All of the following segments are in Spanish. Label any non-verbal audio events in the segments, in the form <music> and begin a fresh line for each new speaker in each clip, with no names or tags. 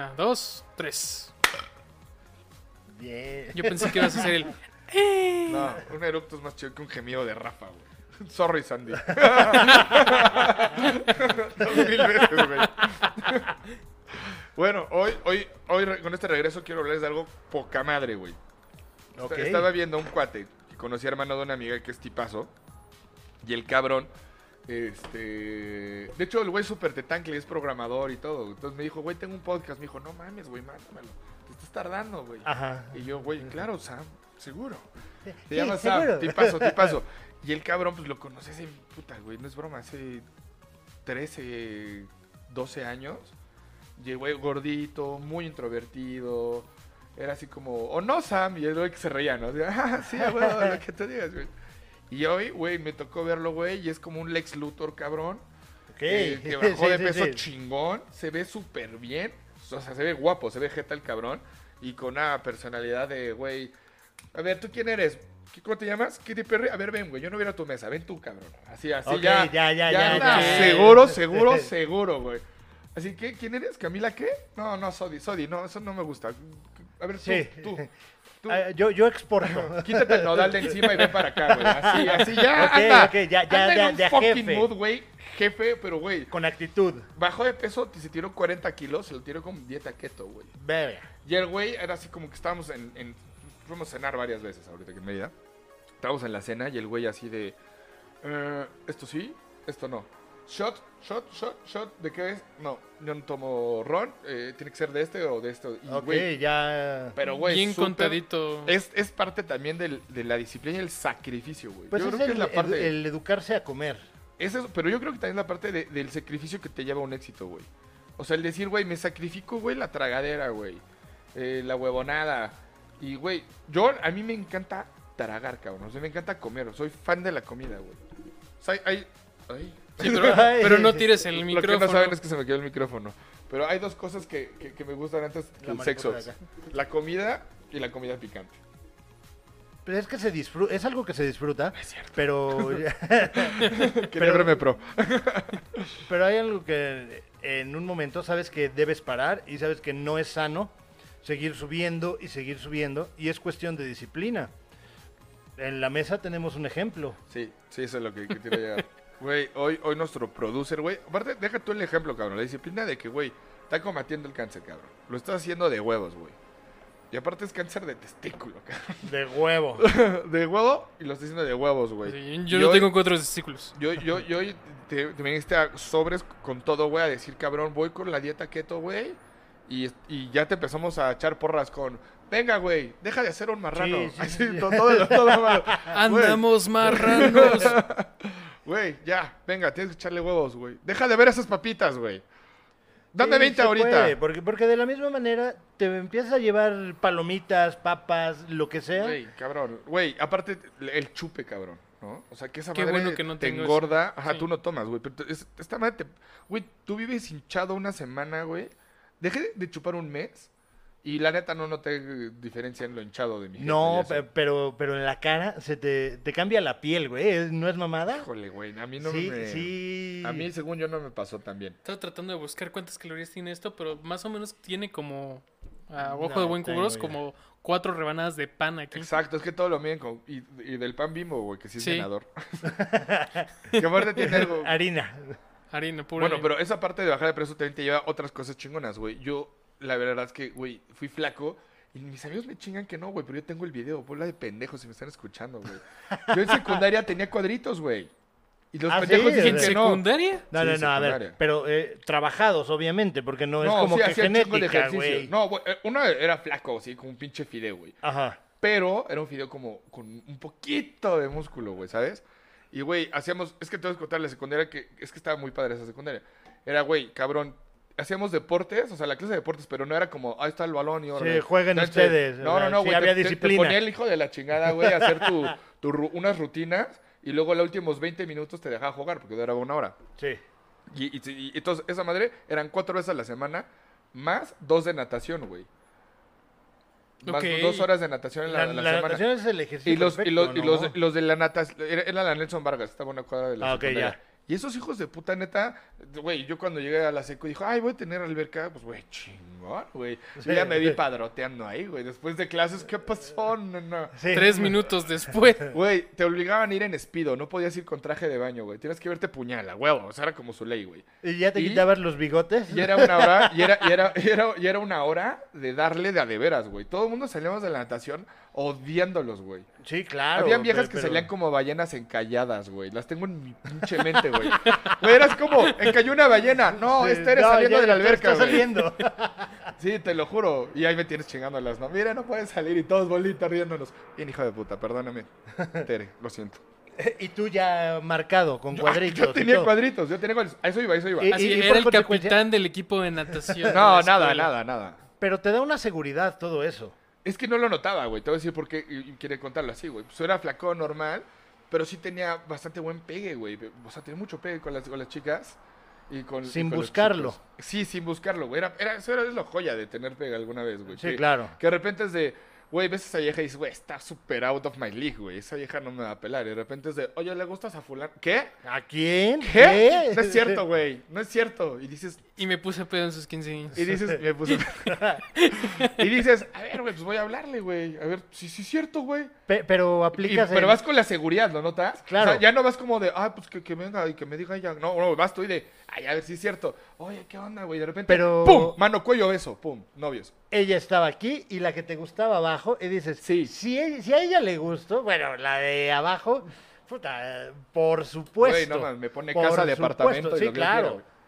Ah, madres.
Bien.
Yo pensé que ibas a hacer el.
No, un eructo es más chido que un gemido de Rafa, güey. <laughs> Sorry, Sandy. Dos mil veces, güey. Bueno, hoy, hoy, hoy re- con este regreso quiero hablarles de algo poca madre, güey. Esta-
Ok.
Estaba viendo a un cuate que conocí hermano de una amiga que es tipazo. Y el cabrón, este... De hecho, el güey es súper tetancle, es programador y todo. Entonces me dijo, güey, tengo un podcast. Me dijo, no mames, güey, mándamelo. Te estás tardando, güey.
Ajá.
Y yo, güey, claro, Sam, seguro. Se
Sí,
llama
seguro. <laughs>
Sam, tipazo, tipazo. Y el cabrón, pues lo conocí hace, puta, güey, no es broma, hace 13, 12 años. Llegó gordito, muy introvertido. Era así como, o no, Sam. Y el güey que se reía, ¿no? Así, <laughs> "Ah, sí, a huevo, lo que te digas, güey. Y hoy, güey, me tocó verlo, güey, y es como un Lex Luthor, cabrón.
Ok. <laughs>
Eh, que bajó
Sí,
de
sí,
peso
sí.
chingón, se ve súper bien, o sea, se ve guapo, se ve jeta el cabrón, y con una personalidad de, güey, a ver, ¿tú quién eres? ¿Qué- ¿Cómo te llamas? Kitty Perry. A ver, ven, güey, yo no voy a ir a tu mesa, ven tú, cabrón. Así, así,
Ok,
ya,
ya, ya, ya,
anda
ya.
<laughs>
Seguro, seguro, seguro, güey. Así que, ¿quién eres? ¿Camila qué? No, no, Sodi, Sodi, no, eso no me gusta. A ver, tú,
Sí.
tú, tú,
Ah, yo, yo exporto.
Quítate el nodal de encima y ven para acá, güey. Así, así, <laughs> ya,
Ok,
anda.
ok, ya, ya,
Anda en
ya,
un
ya,
fucking
jefe.
mood, güey. Jefe, pero, güey,
Con actitud.
Bajó de peso, se tiró 40 kilos, se lo tiró con dieta keto, güey.
Verga.
Y el güey era así como que estábamos en, en- Fuimos a cenar varias veces ahorita que me Mérida. Estábamos en la cena y el güey así de... "Eh, esto sí, esto no. Shot, shot, shot, shot. ¿De qué es? No, yo no tomo ron. eh, tiene que ser de este o de esto. Y,
Ok,
güey,
ya.
pero <laughs> güey,
bien
súper-
contadito.
Es, es parte también del- de la disciplina y el sacrificio, güey.
Pues
yo
es,
creo que
el,
es la parte...
el- el educarse a comer.
Es eso, pero yo creo que también la parte de- del sacrificio que te lleva a un éxito, güey. O sea, el decir, güey, me sacrifico, güey, la tragadera, güey. eh, la huevonada. Y, güey, yo, a mí me encanta tragar, cabrón. O sea, me encanta comer. Soy fan de la comida, güey. O sea, hay... hay- <laughs> ay.
Sí, pero,
<laughs> Ay.
pero no tires el
Lo que
micrófono.
no saben es que se me quedó el micrófono. Pero hay dos cosas que, que- que me gustan antes
La
del
mariposa
sexo.
de acá.
La comida y la comida picante. <laughs>
Pero es que se disfruta, es algo que se disfruta.
Es cierto. <laughs>
Pero,
Quería verme pro.
pero hay algo que en un momento sabes que debes parar y sabes que no es sano seguir subiendo y seguir subiendo y es cuestión de disciplina. En la mesa tenemos un ejemplo.
Sí, sí, eso es lo que, que
<laughs>
quiero llegar. Güey, hoy, hoy nuestro producer, güey. Aparte, deja tú el ejemplo, cabrón. La disciplina de que, güey, está combatiendo el cáncer, cabrón. Lo está haciendo de huevos, güey. Y aparte es cáncer de testículo, <laughs> cabrón.
De huevo.
De huevo y lo está haciendo de huevos, güey.
Sí,
Y
Yo no
hoy-
tengo cuatro testículos.
Yo, yo, yo hoy te, te viniste a sobres con todo, güey, a decir, cabrón, voy con la dieta keto, güey. Y, y ya te empezamos a echar porras con, venga, güey, deja de hacer un marrano.
Sí, sí,
<laughs> Así,
sí.
to- todo,
<laughs>
todo mal. Ah, Güey, <laughs>
Andamos marranos.
Güey, ya, venga, tienes que echarle huevos, güey. Deja de ver esas papitas, güey. <laughs> Dame
Sí,
20
se
ahorita.
puede, porque, porque de la misma manera te empiezas a llevar palomitas, papas, lo que sea.
Güey, cabrón. Güey, aparte el chupe, cabrón, ¿no? O sea, que esa
Qué
madre
bueno que no
te
tengo
engorda. Ajá,
Sí.
tú no tomas, güey. Pero te- es- esta madre te... Güey, tú vives hinchado una semana, güey. Dejé de chupar un mes y la neta no noté eh, diferencia en lo hinchado de mi jefe y
No,
eso.
pe- pero, pero en la cara se te, te cambia la piel, güey. ¿eh? ¿No es mamada?
Híjole, güey, a mí no
sí,
me...
sí.
A mí, según yo, no me pasó tan bien.
Estaba tratando de buscar cuántas calorías tiene esto, pero más o menos tiene como, a ojo
No
de buen
tengo
cubros,
idea.
como cuatro rebanadas de pan aquí.
Exacto, es que todo lo miden con... Y, y del pan bimbo, güey, que sí es
Sí.
ganador. que aparte tiene algo...
Harina.
Harina pura.
Bueno,
harina.
pero esa parte de bajar de peso también te lleva a otras cosas chingonas, güey. Yo, la verdad es que, güey, fui flaco. Y mis amigos me chingan que no, güey, pero yo tengo el video, bola de pendejos si me están escuchando, güey. Yo en secundaria tenía cuadritos, güey. Y los
Ah,
pendejos
sí,
dicen
¿En
que no.
secundaria?
No, no,
Sí,
no, a ver.
secundaria.
Pero eh, trabajados, obviamente, porque no, es
No,
como
sí,
que
hacía un chingo de
genética,
ejercicio.
güey.
No, güey, eh, uno era flaco, sí, como un pinche fideo, güey.
Ajá.
Pero era un fideo como con un poquito de músculo, güey, ¿sabes? Y, güey, hacíamos... Es que te voy a contar la secundaria que... Es que estaba muy padre esa secundaria. Era, güey, cabrón, hacíamos deportes, o sea, la clase de deportes, pero no era como, ahí está el balón y ahora...
Sí, jueguen ustedes,
No, no,
¿verdad?
no,
Sí,
güey. te-
había
te- te
disciplina.
ponía el hijo de la chingada, güey, a hacer tu, tu ru- unas rutinas y luego los últimos 20 minutos te dejaba jugar porque duraba una hora.
Sí.
Y, y- y- y entonces, esa madre eran cuatro veces a la semana, más dos de natación, güey. Más
Ok.
dos horas de natación en la,
La,
en la
la
semana.
natación es el ejercicio.
Y los, y los, y
perfecto,
los,
¿no?
los de la natación, era, era la Nelson Vargas, estaba a una cuadra de la
Ah, ok,
secundaria. Y esos hijos de puta neta, güey, yo cuando llegué a la seco y dijo, ay, voy a tener alberca, pues, güey, chingón, güey. Yo ya me vi padroteando ahí, güey. Después de clases, ¿qué pasó? No, no.
Sí.
Tres minutos después.
Güey, te obligaban a ir en espido, no podías ir con traje de baño, güey. Tienes que verte puñal, a huevo. O sea, era como su ley, güey.
¿Y ya te
¿Y?
quitabas los bigotes?
Y era una hora, y era, y era, y era, y era una hora de darle de a de veras, güey. Todo el mundo salíamos de la natación odiándolos, güey.
Sí, claro.
Habían viejas
pero-
que
pero-
salían como ballenas encalladas, güey. Las tengo en mi pinche mente, güey. Güey, eras como, encalló una ballena. No,
Sí,
esta era
no,
saliendo
ya-
de la
ya
alberca,
Está
güey. <laughs>
saliendo.
Sí, te lo juro. Y ahí me tienes chingándolas, ¿no? Mira, no puedes salir y todos bolitas riéndonos. Bien, hija de puta, perdóname. Tere, lo siento.
y tú ya marcado, con cuadritos.
Ah, Yo
y
tenía
todo.
cuadritos, yo tenía cuadritos. A eso iba, a eso iba.
<laughs> Y-
Así
y por
era el
consecuencia-
capitán del equipo de natación. Este,
No,
de la
nada,
escuela.
nada, nada.
Pero te da una seguridad todo eso.
Es que no lo notaba, güey. Te voy a decir por qué y- y quiere contarlo así, güey. Pues era flacón, normal, pero sí tenía bastante buen pegue, güey. O sea, tenía mucho pegue con las, con las chicas y con.
Sin
y con los
buscarlo.
chicos. Sí, sin buscarlo, güey. Era, era, eso era es la joya de tener pegue alguna vez, güey.
Sí,
Que-
claro.
Que de repente es de, güey, ves a esa vieja y dices, güey, está súper out of my league, güey. Esa vieja no me va a pelar. Y de repente es de, oye, ¿le gustas a fulano? ¿Qué?
¿A quién?
¿Qué? No es
<laughs>
cierto, güey. No es cierto. Y dices,
Y me puse pedo en sus 15 años.
<laughs>
y dices, me puse- y dices, a ver, güey, pues voy a hablarle, güey. A ver, sí, sí es cierto, güey.
Pe- pero
Y-
aplicas.
pero
el-
vas con la seguridad, ¿lo notas?
Claro.
O sea, ya no vas como de, ah, pues que, que venga y que me diga ya. No, no, vas tú y de, ay, a ver si es cierto. Oye, ¿qué onda, güey? De repente,
Pero-
¡pum! Mano, cuello, eso, pum, novios.
Ella estaba aquí y la que te gustaba abajo. Y dices,
Sí.
si, e- si a ella le gustó, bueno, la de abajo, puta, por supuesto.
Güey, no mames, me pone
Por
casa, departamento
supuesto,
y
Sí,
lo que yo quiera,
claro.
güey.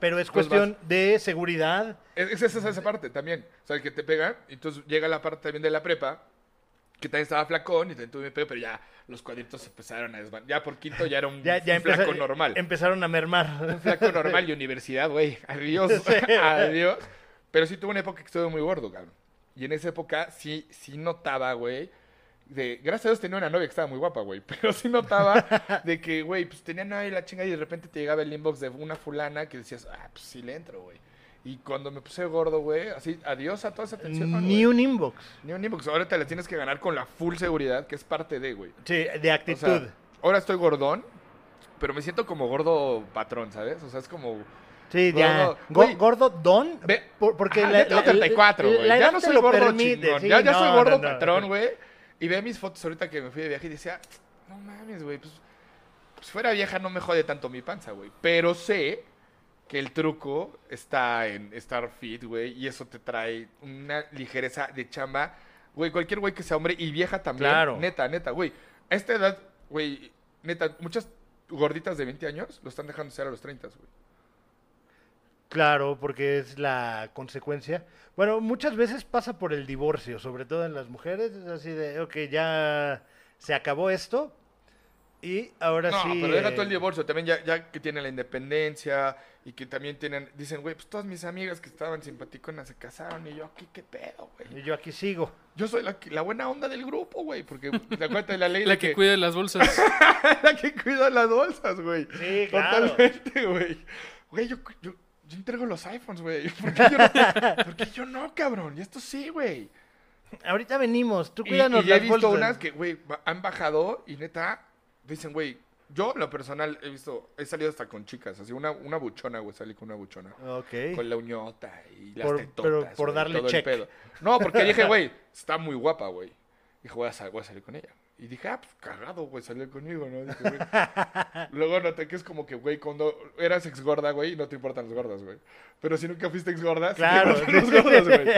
Pero es
Pues
cuestión de seguridad.
Es, es esa, es esa parte también. O sea, el que te pega. Entonces llega la parte también de la prepa. Que también estaba flacón y también tuve pego, pero ya los cuadritos se empezaron a desvanecer. Ya por quinto ya era un,
Ya, ya
un flaco
empeza-
normal.
empezaron a mermar.
Un flaco normal y universidad, güey. Adiós. Adiós. Pero sí tuve una época que estuve muy gordo, cabrón. Y en esa época sí, sí notaba, güey. De, gracias a Dios tenía una novia que estaba muy guapa, güey. <laughs> Pero sí notaba de que, güey, pues tenía novia y la chinga y de repente te llegaba el inbox de una fulana que decías, ah, pues sí le entro, güey. Y cuando me puse gordo, güey, así, adiós a toda esa atención.
<laughs> Ni un inbox.
Ni un inbox. Ahora te la tienes que ganar con la full seguridad, que es parte de, güey.
Sí, de
O
actitud.
sea, ahora estoy gordón, pero me siento como gordo patrón, ¿sabes? O sea, es como...
sí,
gordo,
ya.
güey.
Go- Gordo Don.
Ve-
por- porque
Ajá,
la-
ya tengo
la-
34,
la-
güey.
la
Ya
edad
no
te
soy
lo
gordo
permite,
chingón.
sí,
ya ya
no,
soy gordo
no, no.
patrón, güey. Y ve mis fotos ahorita que me fui de viaje y decía, no mames, güey, pues, pues fuera vieja no me jode tanto mi panza, güey. Pero sé que el truco está en estar fit, güey, y eso te trae una ligereza de chamba. Güey, cualquier güey que sea hombre y vieja también.
Claro.
Neta, neta, güey. A esta edad, güey, neta, muchas gorditas de 20 años lo están dejando ser a los 30, güey.
Claro, porque es la consecuencia. Bueno, muchas veces pasa por el divorcio, sobre todo en las mujeres. Es así de, ok, ya se acabó esto. Y ahora
No,
sí.
pero deja
eh,
todo el divorcio. También ya, ya que tienen la independencia y que también tienen... Dicen, güey, pues todas mis amigas que estaban simpaticonas se casaron y yo aquí, ¿qué pedo, güey?
Y yo aquí sigo.
Yo soy la, que- la buena onda del grupo, güey, porque te acuerdas de
<laughs>
la ley de
La que cuida las bolsas.
<laughs> la que cuida las bolsas, güey.
Sí, claro.
Totalmente, güey. Güey, yo, yo, yo entrego los iPhones, güey. <laughs> ¿Por qué yo no? ¿Por qué yo no, cabrón? Y esto sí, güey.
Ahorita venimos, tú
Y-
cuídanos
y, ya he
las
visto
bolsas.
unas que, güey, ba- han bajado y neta, dicen, güey, yo lo personal he visto, he salido hasta con chicas, así una, una buchona, güey, salí con una buchona.
Ok.
Con la uñota y las
Por-
tetotas,
pero por
güey,
darle
todo el
check.
pedo. No,
<laughs>
porque dije, güey, está muy guapa, güey. Dije, voy a, sal- voy a salir con ella. Y dije, ah, pues cagado, güey, salió conmigo, ¿no?
<laughs>
Dije, güey. Luego noté que es como que, güey, cuando eras ex gorda, güey, no te importan los gordas, güey. Pero si nunca fuiste ex gorda, sí te
Claro.
importan los
<laughs>
gordos, güey.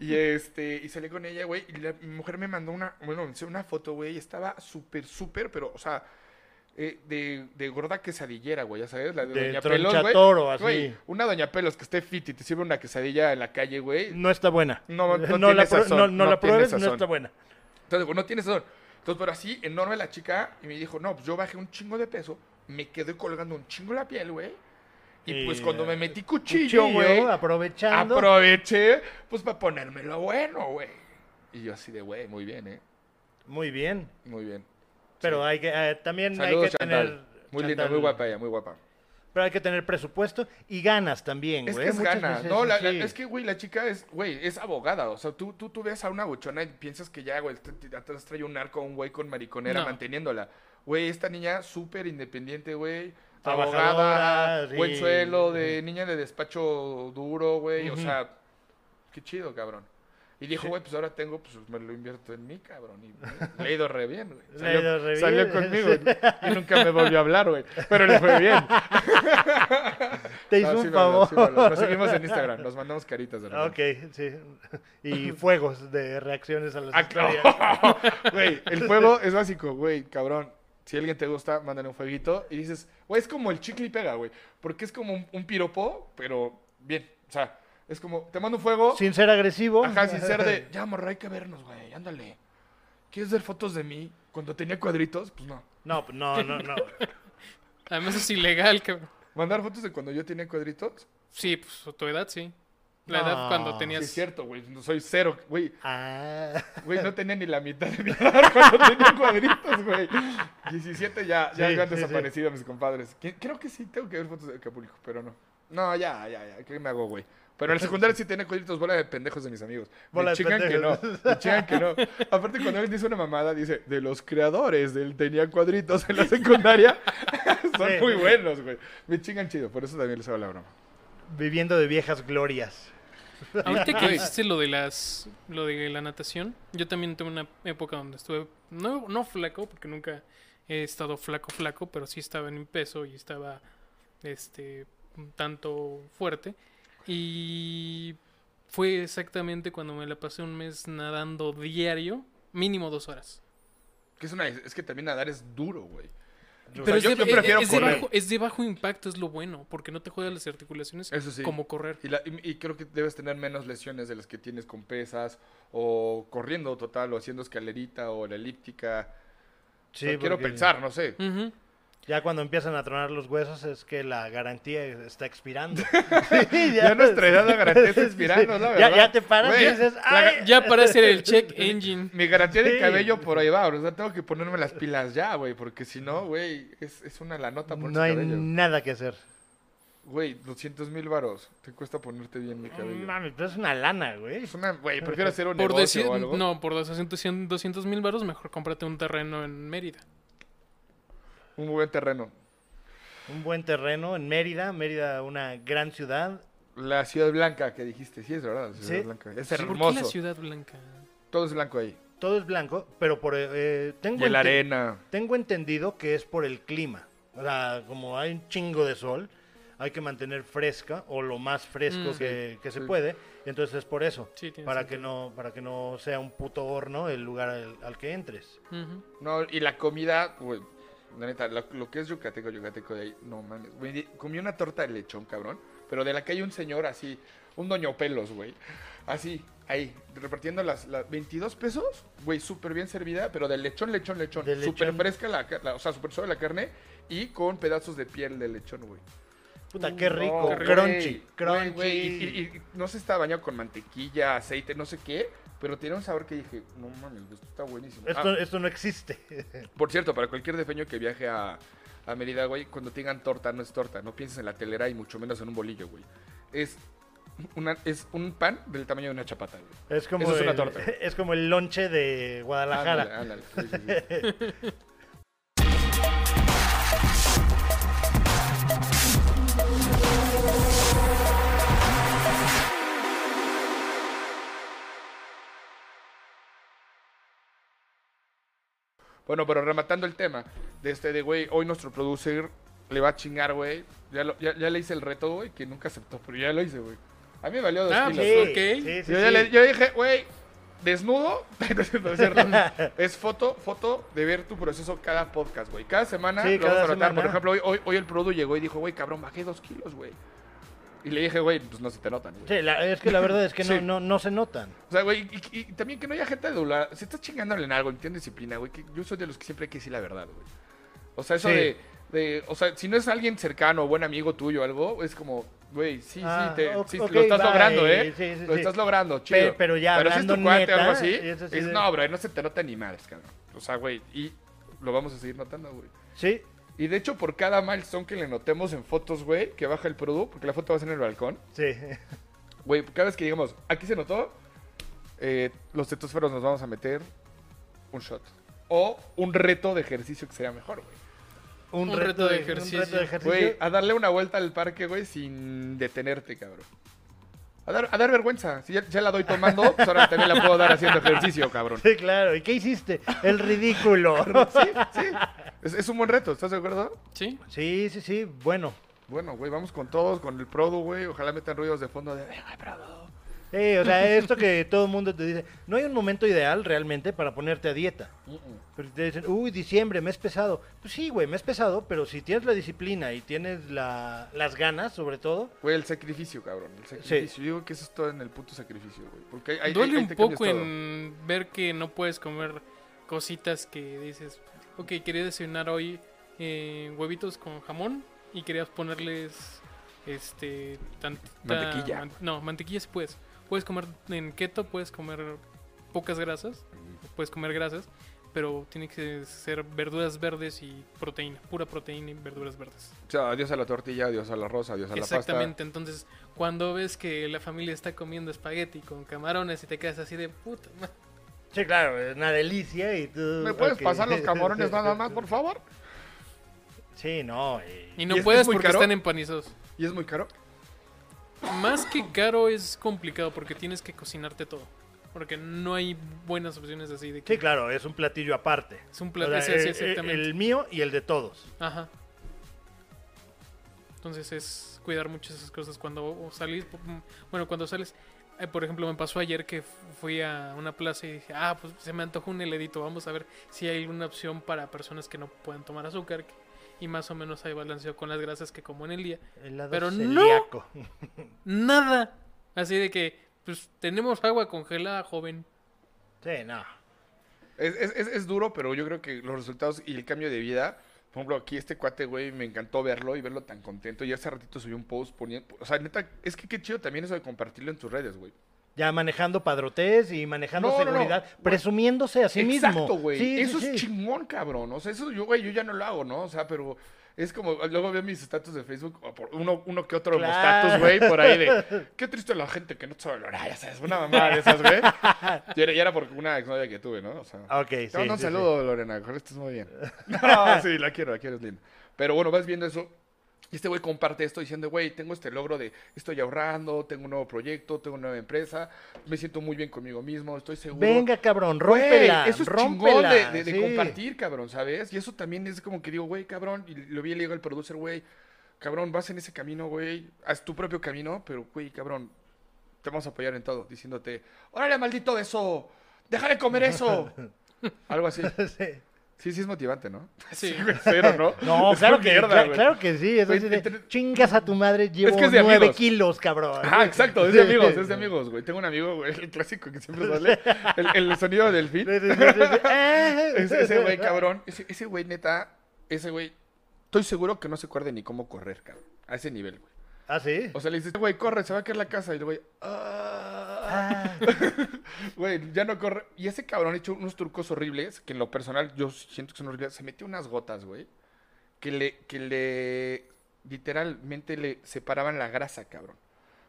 Y este, y salí con ella, güey, y la mi mujer me mandó una, bueno, me hizo una foto, güey, y estaba súper, súper, pero, o sea, eh, de, de gorda quesadillera, güey, ya sabes, la de,
De
Doña Pelos, güey.
tronchatoro, así.
Güey, una Doña Pelos que esté fit y te sirve una quesadilla en la calle, güey.
No está buena. la,
No, no tiene
prue-
sazón,
no- no
no
la
tiene
pruebes, no
sazón.
está buena.
Entonces, güey, no tienes don. Entonces, pero así, enorme la chica, y me dijo, no, pues yo bajé un chingo de peso, me quedé colgando un chingo la piel, güey. Y pues
Y,
cuando me
eh,
metí
Cuchillo,
cuchillo, güey,
aprovechando.
aproveché, pues para ponérmelo bueno, güey. Y yo así de, güey, muy bien, eh,
Muy bien.
muy bien.
Pero hay que, eh, también hay
Saludos,
que
Chantal.
tener...
Muy
Chantal,
linda, muy guapa ella, muy guapa.
Pero hay que tener presupuesto y ganas también,
Es
güey.
que es
Muchas
gana.
veces,
No, la- la-
sí.
es que, güey, la chica es, güey, es abogada. O sea, tú, tú, este tú ves a una buchona y piensas que ya, güey, te- te- atrás trae un arco, un güey con mariconera
No.
manteniéndola. Güey, esta niña súper independiente, güey.
Trabajadora,
Abogada,
sí.
buen suelo, de niña de despacho duro, güey. O
Ujú.
sea, qué chido, cabrón. Y dijo,
Sí.
güey, pues ahora tengo, pues me lo invierto en mí, cabrón. Y le he ido re bien, güey.
<laughs> Le ha
Salió,
ido re
salió
bien,
conmigo
<laughs> sí.
y nunca me volvió a hablar, güey. Pero le fue bien.
Te hizo
No, sí
un
me habló,
favor.
sí
<laughs>
me habló. Nos seguimos en Instagram, nos mandamos caritas de repente.
Ok, sí.
<laughs>
Y fuegos de reacciones a las
Ah,
historias.
claro. <laughs> Güey, el fuego es básico, güey, cabrón. Si alguien te gusta, mándale un fueguito y dices, güey, es como el chicle y pega, güey. Porque es como un, un piropo, pero bien. O sea, es como, te mando un fuego.
Sin ser agresivo.
Ajá, sin ser de, ya, morra, hay que vernos, güey, ándale. ¿Quieres ver fotos de mí cuando tenía cuadritos? Pues no.
<laughs> No, no, no, no.
Además es ilegal, cabrón.
¿Mandar fotos de cuando yo tenía cuadritos?
Sí, pues a tu edad sí. La
No.
edad cuando
Sí,
tenías.
es cierto, güey, no soy cero, güey.
Ah.
Güey, no tenía ni la mitad de mi <laughs> edad cuando tenía cuadritos, güey. 17 ya, ya
Sí,
habían
sí, sí.
desaparecido mis compadres. Que- Creo que sí, tengo que ver fotos de Acapulco, pero no. No, ya, ya, ya. ¿Qué me hago, güey? Pero en el secundario sí tenía cuadritos, bola de pendejos de mis amigos.
Bola de
me chingan que no,
pendejos.
me chingan que no. Aparte, cuando alguien dice una mamada, dice, de los creadores del tenía cuadritos en la secundaria, <laughs> son
Sí.
muy buenos, güey. Me chingan chido, por eso también les hago la broma.
Viviendo de viejas glorias.
Ahorita que
<laughs> Güey.
dijiste lo de las lo de la natación, yo también tuve una época donde estuve no no flaco porque nunca he estado flaco flaco, pero sí estaba en mi peso y estaba este un tanto fuerte y fue exactamente cuando me la pasé un mes nadando diario, mínimo dos horas.
Que es, una, es que también nadar es duro, güey. O
Pero
sea,
es,
yo,
de,
yo
es-
prefiero
es de
correr.
bajo, es de bajo impacto, es lo bueno, porque no te juegas las articulaciones
Eso sí.
como correr.
Y, la- y- y creo que debes tener menos lesiones de las que tienes con pesas o corriendo total o haciendo escalerita o la elíptica.
Sí,
O sea, quiero
porque
pensar, no sé.
Ujú.
Ya cuando empiezan a tronar los huesos es que la garantía está
<laughs>
expirando.
Ya nuestra edad la garantía está expirando, ¿no?
¿no? Ya,
¿Verdad?
ya te paras
Güey,
y dices,
la
¡ay!
Ya para hacer el check engine.
Mi garantía de
Sí.
cabello por ahí va, o sea, tengo que ponerme las pilas ya, güey, porque si no, güey, es, es una la nota por
No hay
cabello.
nada que hacer.
Güey, 200 mil varos, te cuesta ponerte bien mi cabello.
Mami, pero es una lana, güey.
Es una, güey, prefiero hacer un
Mm, Por
negocio
decir,
o algo.
no, por 200 mil baros, mejor cómprate un terreno en Mérida.
Un buen terreno.
Un buen terreno en Mérida, Mérida una gran ciudad.
La Ciudad Blanca que dijiste, sí, es verdad, la Ciudad
Sí.
Blanca. Es
¿Por qué la
hermoso.
ciudad blanca?
Todo es blanco ahí.
Todo es blanco, pero por eh,
Y
tengo
el
ente-
arena.
Tengo entendido que es por el clima. O sea, como hay un chingo de sol, hay que mantener fresca o lo más fresco
Mm.
que, que se
sí.
puede. Entonces es por eso.
Sí, tiene
para que no para que no sea un puto horno el lugar al, al que entres.
Ujú.
No, y la comida, güey. La neta, lo, lo que es yucateco, yucateco de ahí, no mames. Güey, di- comí una torta de lechón, cabrón. Pero de la que hay un señor así, un doño pelos, güey. Así, ahí, repartiendo las, las 22 pesos, güey, súper bien servida, pero de lechón, lechón, lechón.
De
Súper
lechón.
fresca, la, ca- la- o sea, súper suave la carne y con pedazos de piel de lechón, güey.
Puta, qué
No,
rico,
güey,
crunchy,
güey,
crunchy.
güey, y, y- y no se está bañado con mantequilla, aceite, no sé qué, pero tiene un sabor que dije, no mames, güey, esto está buenísimo.
Esto,
Ah,
esto no existe. <laughs>
por cierto, para cualquier defeño que viaje a, a Mérida, güey, cuando tengan torta, no es torta. No pienses en la telera y mucho menos en un bolillo, güey. Es, una, es un pan del tamaño de una chapata, güey.
Es como
Eso es una
el,
torta.
<laughs> es como el lonche de Guadalajara.
Ándale, ándale, sí, sí, sí. Bueno, pero rematando el tema de este de, güey, hoy nuestro producer le va a chingar, güey. Ya, lo- ya, ya le hice el reto, güey, que nunca aceptó, pero ya lo hice, güey. A mí me valió dos
Ah,
kilos,
pues,
güey.
ok.
sí,
yo,
sí.
ya le, yo dije, güey, desnudo. <laughs> no es cierto, no
<laughs>
es cierto. Es foto, foto de ver tu proceso cada podcast, güey. Cada semana
Sí,
lo
cada
vamos a notar. Por
semana.
ejemplo, hoy, hoy, hoy el Produ llegó y dijo, güey, cabrón, bajé dos kilos, güey. Y le dije, güey, pues no se te notan, güey.
Sí, la- es que la verdad es que no,
Sí.
no, no se notan.
O sea, güey, y, y- y también que no haya gente adulada. Si estás chingándole en algo, entiende disciplina, güey. que Yo soy de los que siempre hay que decir la verdad, güey. O sea, eso
Sí.
de, de- O sea, si no es alguien cercano, buen amigo tuyo o algo, es como, güey, sí,
Ah,
sí, te,
ok,
sí, lo estás
bye.
logrando, ¿eh?
Sí, sí,
lo
sí.
estás logrando, chido.
pero ya
si es tu
hablando
cuate o
neta,
algo así,
es así
es,
de-
no, bro, no se te nota ni madres, cabrón. O sea, güey, y lo vamos a seguir notando, güey.
Sí,
Y de hecho, por cada milestone que le notemos en fotos, güey, que baja el producto, porque la foto va a ser en el balcón,
sí.
Güey, cada vez que digamos, aquí se notó, eh, los tetósferos nos vamos a meter un shot. O un reto de ejercicio que sea mejor, güey.
Un,
Un reto de ejercicio.
Un reto de ejercicio.
Güey, a darle una vuelta al parque, güey, sin detenerte, cabrón. A dar, a dar vergüenza. Si ya, ya la doy tomando, pues ahora también la puedo dar haciendo ejercicio, cabrón.
Sí, claro. ¿Y qué hiciste? El ridículo.
<laughs> Sí, sí. Es, es un buen reto, ¿estás de acuerdo?
¿Sí?
sí, sí, sí. Bueno.
Bueno, güey, vamos con todos, con el Produ, güey. Ojalá metan ruidos de fondo de... "Venga, Produ".
Sí, o sea, esto que todo el mundo te dice. No hay un momento ideal realmente para ponerte a dieta. Pero te dicen, uy, diciembre, me es pesado. Pues sí, güey, me es pesado, pero si tienes la disciplina y tienes la- las ganas, sobre todo.
Güey, el sacrificio, cabrón. El sacrificio. Yo digo que eso es todo en el puto sacrificio, güey. Porque ahí- ahí,
Duele
ahí
un
te cambias
poco
todo.
en ver que no puedes comer cositas que dices, ok, quería desayunar hoy eh, huevitos con jamón y querías ponerles este tanta
Mantequilla.
man- no, mantequilla sí puedes. Puedes comer en keto, puedes comer pocas grasas, puedes comer grasas, pero tiene que ser verduras verdes y proteína, pura proteína y verduras verdes.
O sea, adiós a la tortilla, adiós a la rosa, adiós a la pasta.
Exactamente, entonces cuando ves que la familia está comiendo espagueti con camarones y te quedas así de puta madre".
Sí, claro, es una delicia y tú.
¿Me puedes
ok. <laughs>
pasar los camarones nada más, por favor?
Sí, no. eh,
Y
¿Y
no
es-
puedes
es muy
porque
caro?
están empanizados.
¿Y es muy caro?
Más que caro es complicado porque tienes que cocinarte todo. Porque no hay buenas opciones así de que
Sí, claro, es un platillo aparte.
es un
O
plato
sea,
sí, sí,
el-
exactamente.
el mío y el de todos.
Ajá. Entonces es cuidar mucho esas cosas cuando salís, po- mm, bueno, cuando sales, eh, por ejemplo, me pasó ayer que fu- fui a una plaza y dije, ah, pues se me antojó un heladito, vamos a ver si hay alguna opción para personas que no puedan tomar azúcar que- y más o menos hay balanceo con las grasas que como en el día.
Helado
Pero no.
celíaco.
nada. Así de que, pues tenemos agua congelada, joven.
Sí, no.
Es, es- es- es duro, pero yo creo que los resultados y el cambio de vida. Por ejemplo, aquí este cuate, güey, me encantó verlo y verlo tan contento. Y hace ratito subí un post poniendo. O sea, neta, es que qué chido también eso de compartirlo en tus redes, güey.
Ya manejando padrotes y manejando
No, no, no.
seguridad, presumiéndose a sí mismo.
Exacto, güey.
Sí, sí,
eso es
sí.
chingón, cabrón. O sea, eso yo, güey, yo ya no lo hago, ¿no? O sea, pero es como, luego veo mis estatus de Facebook, o por uno, uno que otro
Claro.
mostatus, güey, por ahí de, qué triste la gente que no sabe valorar, ya sabes, una mamada de esas, güey. Y era, y era por una exnovia que tuve, ¿no? O sea,
Ok, sí,
te mando un
Ah, sí, sí.
saludo, Lorena, que estés
<laughs>
muy bien. No, sí, la quiero, la quiero, es linda. Pero bueno, vas viendo eso. Y este güey comparte esto diciendo, güey, tengo este logro de estoy ahorrando, tengo un nuevo proyecto, tengo una nueva empresa, me siento muy bien conmigo mismo, estoy seguro.
Venga, cabrón,
Güey,
rómpela.
Eso es
rómpela,
chingón de, de- de
sí.
compartir, cabrón, ¿sabes? Y eso también es como que digo, güey, cabrón, y lo vi y le digo al producer, güey, cabrón, vas en ese camino, güey, haz tu propio camino, pero, güey, cabrón, te vamos a apoyar en todo, diciéndote, órale, maldito de eso, deja de
<laughs>
comer eso. Algo así.
Sí.
Sí, sí es motivante,
<laughs>
¿no?
Sí.
güey, Cero, ¿no?
No,
Es
claro
una
que,
mierda,
cla-
güey.
claro que sí. Es
Güey,
así de,
entre-
chingas a tu madre, llevo
que es de
nueve
amigos.
kilos, cabrón.
Ah, exacto, es de
Sí,
amigos,
sí,
es de
sí.
amigos, güey. Tengo un amigo, güey, el clásico
<laughs>
que siempre sale, el, el sonido del fin.
Sí, sí, sí, sí,
<laughs>
sí. Ah.
Ese ese
<laughs>
güey, cabrón. Ese ese güey, neta. Ese güey. Estoy seguro que no se acuerda ni cómo correr, cabrón. A ese nivel, güey.
Ah, sí.
O sea, le dices, güey, corre, se va a caer la casa. Y el güey, "Ah".
Ah,
Güey, ya no corre. Y ese cabrón ha hecho unos trucos horribles que en lo personal yo siento que son horribles. Se metió unas gotas, güey. Que le, que le, literalmente le separaban la grasa, cabrón.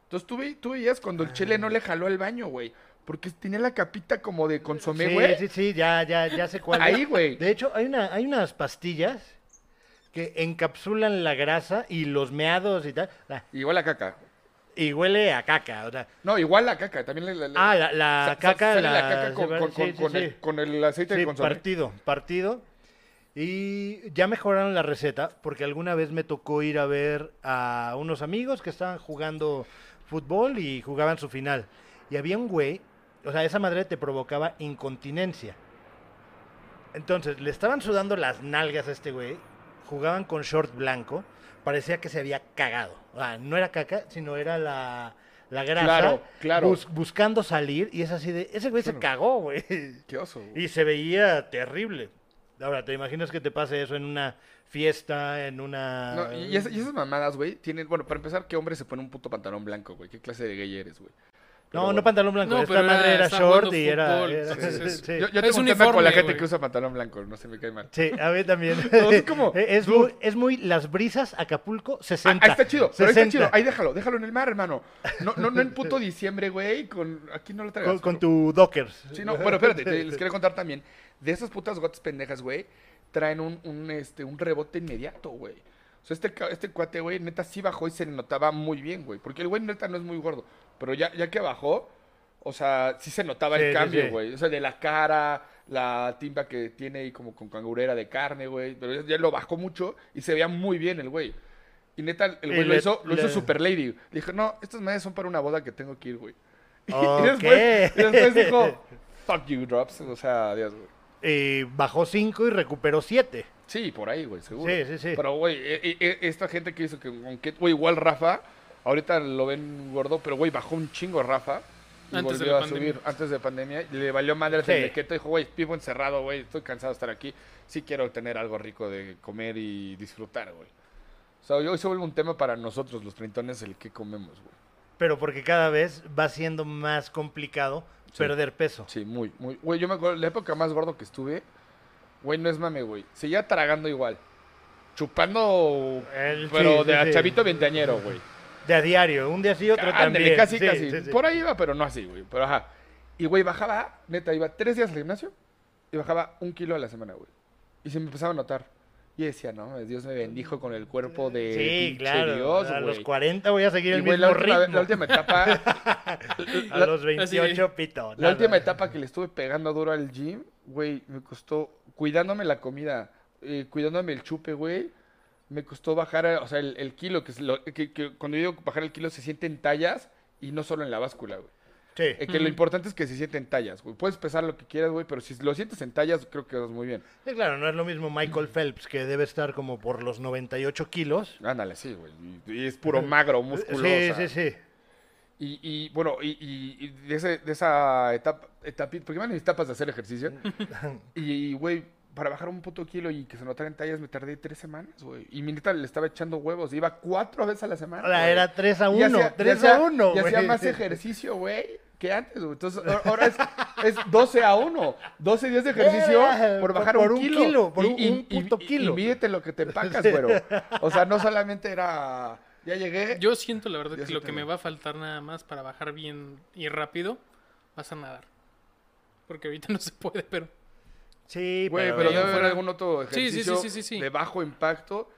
Entonces tú, ve- tú veías cuando el chile no le jaló al baño, güey. Porque tenía la capita como de consomé,
sí,
güey.
sí, sí, ya, ya, ya sé cuál. es.
Ahí, güey.
De hecho, hay, una, hay unas pastillas que encapsulan la grasa y los meados y tal. la-
Igual la caca.
Y huele a caca. O sea,
No, igual la caca, también la, la- la-
ah, la, la
sa- sa-
caca.
sale la caca con,
sí,
con- con-
sí,
con
sí.
el, con el aceite de
Sí,
consomé.
partido, partido. Y ya mejoraron la receta porque alguna vez me tocó ir a ver a unos amigos que estaban jugando fútbol y jugaban su final. Y había un güey, o sea, esa madre te provocaba incontinencia. Entonces, le estaban sudando las nalgas a este güey, jugaban con short blanco, parecía que se había cagado. O sea, no era caca, sino era la, la grasa
Claro, claro.
bus- buscando salir y es así de, ese güey se
Claro.
cagó, güey.
Qué oso, güey.
Y se veía terrible. Ahora, ¿te imaginas que te pase eso en una fiesta, en una...
No, y, y esas, y esas mamadas, güey, tienen... Bueno, para empezar, ¿qué hombre se pone un puto pantalón blanco, güey? ¿Qué clase de gay eres, güey?
No,
Pero bueno.
no pantalón blanco.
No,
Esta
pero
madre
era-
era
estaba
short
jugando
y era.
fútbol,
era-
entonces es-
<laughs> sí.
Yo, yo
Es
tengo un tema con
uniforme,
la gente
güey.
que usa pantalón blanco, no se me cae mal. Ah,
Sí, a mí también.
<laughs> No, es como,
Eh, <laughs> es,
dude.
muy, es muy las brisas Acapulco
Ah,
60.
ahí está chido, pero ahí está
60.
chido. Ahí déjalo, déjalo en el mar, hermano. No, no, no en puto diciembre, güey. Con, aquí no lo traigas.
Con, con
pero-
tu docker.
Sí, no, bueno, espérate, te- les quiero contar también. De esas putas gotas pendejas, güey, traen un, un, este, un rebote inmediato, güey. O sea, este, ca- este cuate, güey, neta sí bajó y se le notaba muy bien, güey. Porque el güey neta no es muy gordo. Pero ya, ya que bajó, o sea, sí se notaba
Sí,
el
sí,
cambio,
sí.
güey. O sea, de la cara, la timba que tiene y como con cangurera de carne, güey. Pero ya, ya lo bajó mucho y se veía muy bien el güey. Y neta, el
Y
güey lo
le-
hizo, lo hizo
le-
super lady. Dijo, no, estas madres son para una boda que tengo que ir, güey. Y,
Ok.
después, y después dijo, fuck you, Drops. O sea, adiós, güey.
Eh, bajó 5 y recuperó 7.
Sí, por ahí, güey, seguro.
Sí, sí, sí.
Pero, güey, e- e- esta gente que hizo que con que, güey, igual Rafa, ahorita lo ven gordo, pero, güey, bajó un chingo Rafa. Y
Antes de
volvió
la
a subir
pandemia.
antes de pandemia. y Le valió madre
Sí.
el mequeto. Dijo, güey, vivo encerrado, güey, estoy cansado de estar aquí. Sí quiero tener algo rico de comer y disfrutar, güey. O sea, hoy se vuelve un tema para nosotros, los treintones, el que comemos, güey.
Pero porque cada vez va siendo más complicado
Sí.
perder peso.
Sí, muy, muy. Güey, yo me acuerdo, la época más gordo que estuve, güey, no es mame, güey. Seguía tragando igual. Chupando,
El-
pero
sí,
de
sí,
a
sí.
chavito ventañero, güey.
De a diario, un día sí, otro
Ándale,
también.
casi,
Sí,
casi.
sí, sí.
Por ahí iba, pero no así, güey. Pero ajá. Y, güey, bajaba, neta, iba tres días al gimnasio y bajaba un kilo a la semana, güey. Y se me empezaba a notar. Y decía, no, Dios me bendijo con el cuerpo de
Sí,
pinche
claro.
Dios,
a los
güey.
40 voy a seguir
Y,
el
güey,
mismo
la última,
ritmo.
la última etapa.
<laughs> a
la-
los
así de-
28 pito.
La
nada.
última etapa que le estuve pegando duro al gym, güey, me costó, cuidándome la comida, eh, cuidándome el chupe, güey, me costó bajar, eh, o sea, el, el kilo, que, es lo- que- que cuando yo digo bajar el kilo se siente en tallas y no solo en la báscula, güey.
Sí.
Eh, que lo importante es que se siente en tallas, güey. Puedes pesar lo que quieras, güey, pero si lo sientes en tallas, creo que vas muy bien.
Sí, claro, no es lo mismo Michael Phelps, que debe estar como por los 98 kilos.
Ándale, sí, güey. Y, y es puro magro, músculo.
Sí, sí, sí.
Y, y, bueno, y, y- y de, ese- de esa etapa, etapi- porque van mis etapas de
<laughs>
hacer ejercicio. y, güey, para bajar un puto kilo y que se notara en tallas me tardé tres semanas, güey. Y mi neta le estaba echando huevos. Iba cuatro veces a la semana.
Ahora
Ah, güey.
era 3 a
Y
1.
hacía- y
3
hacía-
a 1.
Y hacía más ejercicio, güey, que antes, güey. Entonces, ahora- ahora es, es 12 a 1. 12 días de ejercicio
Verga,
por
por-
bajar
por
un
un
kilo.
kilo, por
Y-
un-
y-
un
y-
puto
y-
kilo.
Y mídete lo que te empacas,
<laughs>
güero. O sea, no solamente era... Ya llegué.
Yo siento la verdad
Ya
que
sí
lo
te
que me
veo.
va a faltar nada más para bajar bien y rápido va a ser nadar. Porque ahorita <laughs> no se puede, pero
Sí,
Güey,
pero,
pero
ahí
debe haber
afuera-
algún otro
Sí, sí, sí,
ejercicio
sí, sí, sí.
de bajo impacto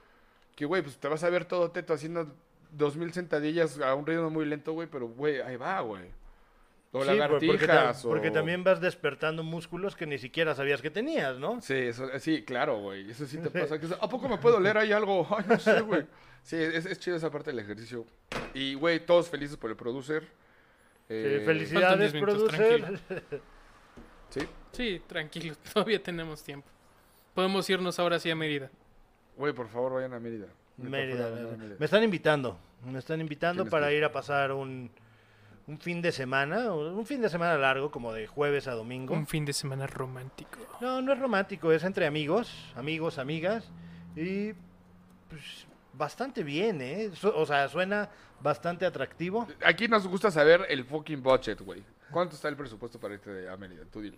que, güey, pues te vas a ver todo teto haciendo 2000 sentadillas a un ritmo muy lento, güey, pero, güey, ahí va, güey. O
Sí, por- porque, ta-
lagartijas o...
porque también vas despertando músculos que ni siquiera sabías que tenías, ¿no?
Sí, eso, eh, sí, claro, güey, eso
<laughs>
sí te pasa. que es, ¿A poco me puedo leer ahí algo? Ay, no sé, güey. Sí, es, es chido esa parte del ejercicio. Y, güey, todos felices por el producer. Eh,
faltan
Sí,
diez
felicidades,
minutos,
producer.
tranquilo.
Sí.
sí, tranquilo, <laughs> todavía tenemos tiempo. Podemos irnos ahora sí a Mérida.
Güey, por favor, vayan a Mérida. Neta,
Mérida,
fuera, vayan a
Mérida. Me están invitando. Me están invitando
Tienes
para
que ir.
ir a pasar un, un fin de semana, un fin de semana largo, como de jueves a domingo.
Un fin de semana romántico.
No, no es romántico, es entre amigos, amigos, amigas. Y pues bastante bien, ¿eh? Su- o sea, suena bastante atractivo.
Aquí nos gusta saber el fucking budget, güey. ¿Cuánto está el presupuesto para irte de- a Mérida? Tú dilo.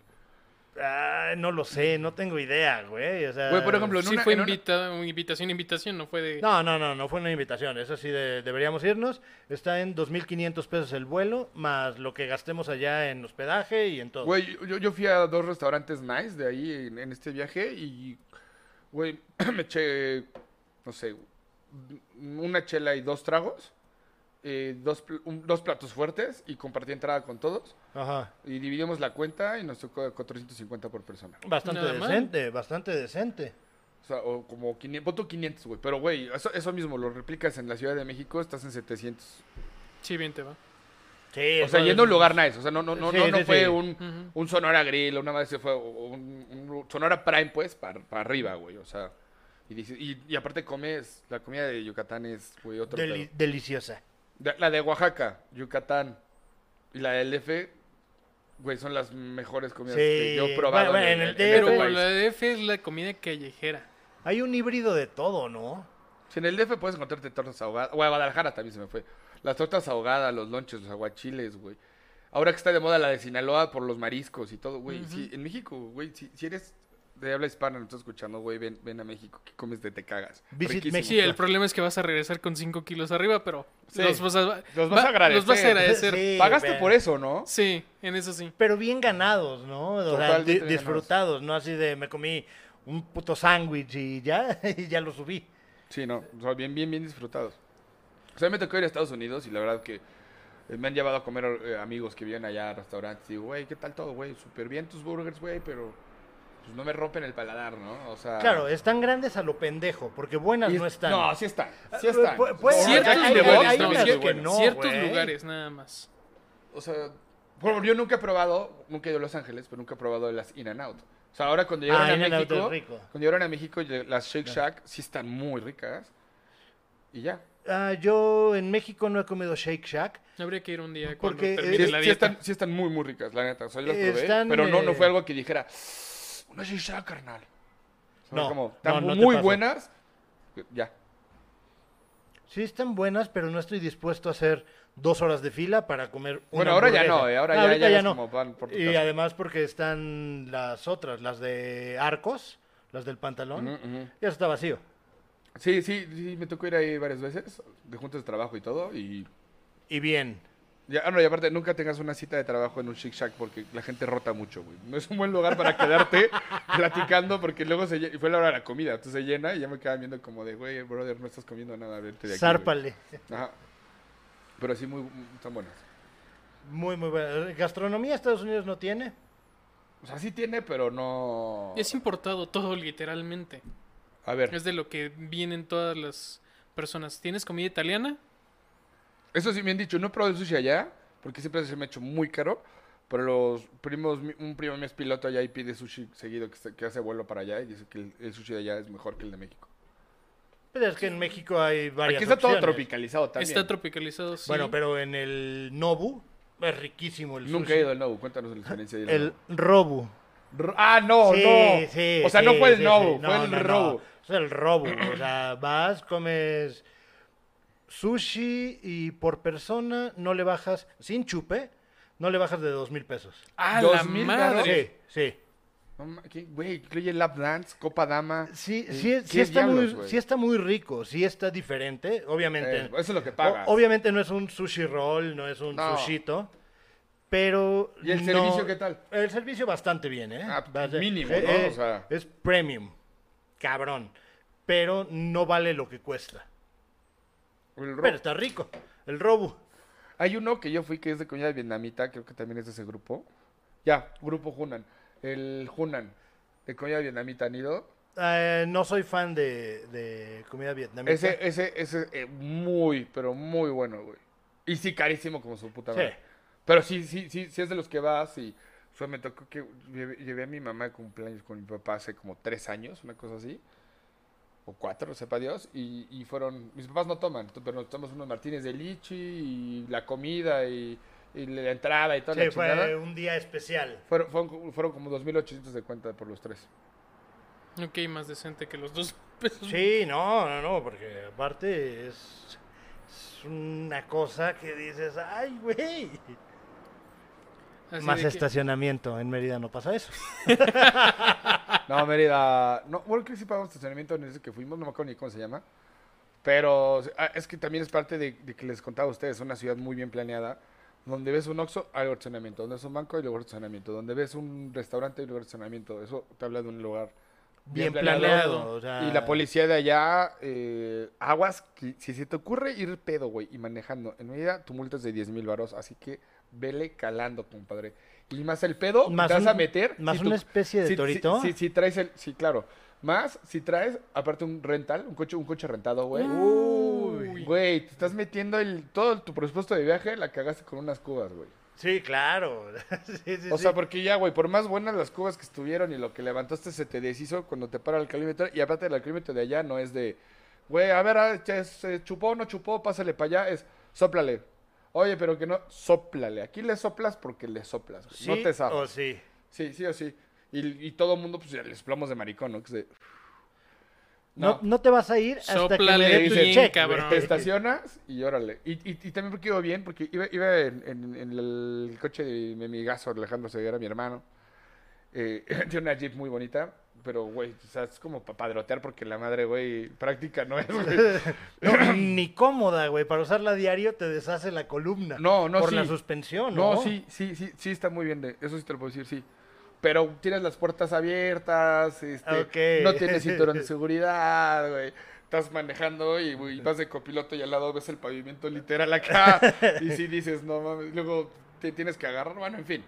Ah, no lo sé, no tengo idea, güey. O sea,
Güey, por ejemplo, en
Sí
una-
fue
en una-
invita invitación, invitación, no fue de...
No, no, no, no fue una invitación, eso sí de- deberíamos irnos. Está en 2.500 pesos el vuelo, más lo que gastemos allá en hospedaje y en todo.
Güey, yo, yo fui a dos restaurantes nice de ahí en, en este viaje y, güey, <clears throat> me eché, no sé, una chela y dos tragos, eh, dos, pl- un- dos platos fuertes y compartí entrada con todos
Ajá.
y dividimos la cuenta y nos tocó 450 por persona.
Bastante
Nada mal.
decente, bastante decente.
O sea, o como 500, voto 500, güey. Pero, güey, eso, eso mismo lo replicas en la Ciudad de México, estás en 700.
Sí, bien te va.
Sí,
O sea,
no,
yendo a un lugar nice. O sea, no, no, no,
Sí,
no, no
sí,
fue
sí.
un,
Ujú.
un Sonora Grill, una vez se fue un, un Sonora Prime, pues, para arriba, güey. O sea, y, dices- y, y aparte comes, la comida de Yucatán es, güey, otro
deli- deliciosa.
pedo. De- La de Oaxaca, Yucatán y la del DF, güey, son las mejores comidas que
Sí.
yo he probado.
Bueno,
en,
en el
en
DF.
este
Pero
país.
la DF es la comida callejera.
Hay un híbrido de todo, ¿no?
Si en el DF puedes encontrarte tortas ahogadas. O a Guadalajara también se me fue. Las tortas ahogadas, los lonches, los aguachiles, güey. Ahora que está de moda la de Sinaloa por los mariscos y todo, güey.
Ujú.
sí, en México, güey, si, si eres de habla hispana, no estás escuchando, güey, ven, ven a México, que comes de te cagas.
Visit
Riquísimo.
México.
Sí, el problema es que vas a regresar con 5 kilos arriba, pero
Sí.
los vas a,
Los vas a agradecer.
Los vas a agradecer. Sí,
Sí,
Pagaste
pero-
por eso, ¿no?
en eso sí.
Pero bien ganados, ¿no? O sea,
Totalmente
di-
bien
disfrutados, ¿no? Así de me comí un puto sándwich y ya, <laughs> y ya lo subí.
Sí, no, o sea, bien, bien, bien disfrutados. O sea, me tocó ir a Estados Unidos y la verdad que eh, me han llevado a comer eh, amigos que vienen allá a restaurantes y digo, güey, ¿qué tal todo, güey? Súper bien tus burgers, güey, pero pues no me rompen el paladar, ¿no? O sea...
Claro, están grandes a lo pendejo, porque buenas
Ah. y es-
no están.
No, sí están, sí están.
Eh, Pu- puede-
Son
Ciertos
ricas,
lugares
buenas,
no,
buenas,
cierto que
buenas.
No,
Ciertos
güey.
lugares, nada más.
O sea, bueno, yo nunca he probado, nunca he ido a Los Ángeles, pero nunca he probado las In and Out. O sea, ahora cuando llegaron
Ah,
a
In-N-Out es
México,
rico.
cuando llegaron a México, ye- las Shake
Ya.
Shack sí están muy ricas. Y ya.
Ah, yo en México no he comido Shake Shack.
Habría que ir un día cuando
Porque,
termine
Sí,
eh,
la
sí
dieta.
están, sí están muy, muy ricas, la neta. O sea, yo las probé,
Están,
pero no, no fue
eh,
algo que dijera, una Shake Shack, carnal. O sea,
No,
como, están
no, no te
muy
paso.
buenas. Ya.
Sí están buenas, pero no estoy dispuesto a hacer dos horas de fila para comer una
Bueno, ahora ya no,
hamburguesa.
eh, ahora
No,
ya,
ahorita
ya es como van por tu
Y
casa.
además porque están las otras, las de arcos, las del pantalón.
Ujú, ujú.
Ya está vacío.
Mm, Sí, sí, sí, me tocó ir ahí varias veces, de juntas de trabajo y todo, y
Y bien.
Ya, ah, no, y aparte, nunca tengas una cita de trabajo en un Shake Shack porque la gente rota mucho, güey. No es un buen lugar para quedarte platicando porque luego se lle- y fue la hora de la comida, entonces se llena y ya me quedan viendo como de, güey, brother, no estás comiendo nada, verte de aquí. güey".
Zárpale.
Ajá. Pero sí, muy, muy- están buenas.
Muy, muy buena. Gastronomía Estados Unidos no tiene.
O sea, sí tiene, pero no.
Es importado todo, literalmente.
A ver,
Es de lo que vienen todas las personas. ¿Tienes comida italiana?
eso sí me han dicho, no he probado el sushi allá porque siempre se me ha hecho muy caro. Pero los primos, mi- un primo mío es piloto allá y pide sushi seguido que, se- que hace vuelo para allá y dice que el- el sushi de allá es mejor que el de México.
Pero es que en México hay varias
Aquí está todo
opciones.
tropicalizado también.
Está tropicalizado, sí.
Bueno, pero en el Nobu es riquísimo el
Nunca
sushi.
he ido al Nobu, cuéntanos la experiencia del
El
Nobu.
Robu.
R- Ah, no,
Sí,
no.
sí,
o sea, no
sí,
fue el
sí,
Nobu,
sí.
fue
No,
el
no, no.
Robo.
Es el robo. O sea, vas, comes sushi y por persona no le bajas, sin chupe, no le bajas de dos mil pesos.
¡Ah,
Dos
la
mil
madre!
Sí, sí.
No ma- ¿qué? Güey, incluye lap dance, copa dama.
Sí,
Eh,
sí,
¿qué
sí está
diablos,
muy,
güey?
sí está muy rico, sí está diferente, obviamente.
Eh, eso es lo que pagas.
O- obviamente no es un sushi roll, no es un
No.
sushito, pero...
¿Y el
no-
servicio qué tal?
El servicio bastante bien, ¿eh?
Ah,
Bastante-
mínimo, ¿no? O sea.
eh, Es premium, cabrón, pero no vale lo que cuesta.
El Robo.
Pero está rico, el robo.
Hay uno que yo fui que es de comida vietnamita, creo que también es de ese grupo. Ya, grupo Hunan. El Hunan, de comida vietnamita, han ido.
Eh, no soy fan de, de comida vietnamita.
Ese, ese, ese, eh, muy, pero muy bueno, güey. Y sí, carísimo como su puta
Sí.
madre. Pero sí, sí, sí, sí es de los que vas y... O sea, me tocó que llevé, llevé a mi mamá de cumpleaños con mi papá hace como tres años, una cosa así. O cuatro, sepa Dios. Y, y fueron... Mis papás no toman, t- pero nos tomamos unos martines de lichi y la comida y, y la entrada y toda
Sí,
la chingada.
fue un día especial.
Fueron, fueron, fueron como 2.800 de cuenta por los tres.
Ok, más decente que los dos <laughs> pesos.
Sí, no, no, no, porque aparte es, es una cosa que dices, ay, güey.
Así
Más
de que-
estacionamiento, en Mérida no pasa eso.
No, Mérida. No, bueno, creo que sí pagamos estacionamiento en ese que fuimos, no me acuerdo ni cómo se llama. Pero ah, es que también es parte de, de que les contaba a ustedes, una ciudad muy bien planeada. Donde ves un Oxxo, hay lugar de estacionamiento. Donde ves un banco, hay lugar de estacionamiento. Donde ves un restaurante, hay lugar de estacionamiento. Eso te habla de un lugar
Bien,
planeado.
planeado. o sea,
Y la policía de allá, eh, aguas, que si se te ocurre ir pedo, güey, y manejando en Mérida, tu multa es de 10 mil varos. Así que vele calando, compadre. Y más el pedo,
Más
te vas
un-
a meter.
más
si tu-
una especie de
si- si-
torito.
Si, si traes el. Sí, claro. Más si traes, aparte, un rental, un coche, un coche rentado, güey.
Uy.
Güey, te estás metiendo el, todo tu presupuesto de viaje, la cagaste con unas cubas, güey.
Sí, claro. <laughs> Sí, sí,
O sea,
sí.
porque ya, güey, por más buenas las cubas que estuvieron y lo que levantaste se te deshizo cuando te para el alcoholímetro. Y aparte el alcoholímetro de allá no es de, güey, a ver, ah, ya se chupó o no chupó, pásale para allá, es soplale. Oye, pero que no, soplale. Aquí le soplas porque le soplas. güey, no
Sí
te sabes.
o sí.
Sí, sí o sí. Y, y todo el mundo, pues ya les plomos de maricón, ¿no? Que se-
No,
No.
no te vas a ir hasta
Sóplale
que me des tu
bien,
check,
cabrón.
Te
güey.
estacionas y órale. Y, y, y también porque iba bien, porque iba, iba en, en- en el coche de mi amigazo Alejandro Ceguera, mi hermano. Eh, <laughs> tiene una Jeep muy bonita, pero, güey, o sea, es como para padrotear porque la madre, güey, práctica no <laughs> es, güey.
<laughs> No, ni cómoda, güey. Para usarla diario te deshace la columna.
No, no,
Por
sí.
la suspensión, ¿no?
No, sí, sí, sí, sí está muy bien, de, eso sí te lo puedo decir, sí. Pero tienes las puertas abiertas, este,
Ok.
no tienes cinturón
<laughs>
de seguridad, güey. Estás manejando y, güey, vas de copiloto y al lado ves el pavimento
<laughs>
literal acá. y si dices, no mames, luego te tienes que agarrar, bueno, en fin.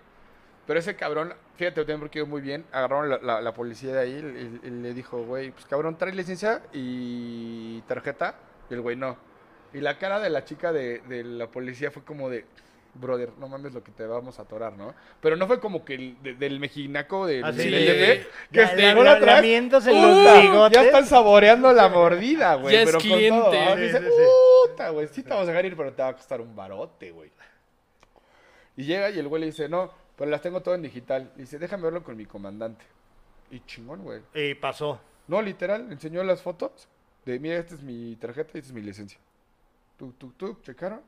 Pero ese cabrón, fíjate, también porque iba muy bien, agarraron la, la- la policía de ahí y, y le dijo, güey, pues cabrón, trae licencia y tarjeta. Y el güey no. Y la cara de la chica de, de la policía fue como de, brother, no mames lo que te vamos a atorar, ¿no? Pero no fue como que el, de- del mejinaco del,
Así
del
de-
DF, que
la-
se
la-
llegó
la-
la atrás.
lamiéndose los
¡Uh!
bigotes.
Ya están saboreando la mordida, güey.
Ya es
pero con todo,
cliente.
¿no?
Sí,
Dice,
sí, sí.
puta, güey, sí te vamos a dejar ir, pero te va a costar un barote, güey. Y llega y el güey le dice, no, pero las tengo todo en digital. Le dice, déjame verlo con mi comandante. Y chingón, güey.
Y pasó.
No, literal, enseñó las fotos de, mira, esta es mi tarjeta y esta es mi licencia. Tú, tú, tú, checaron.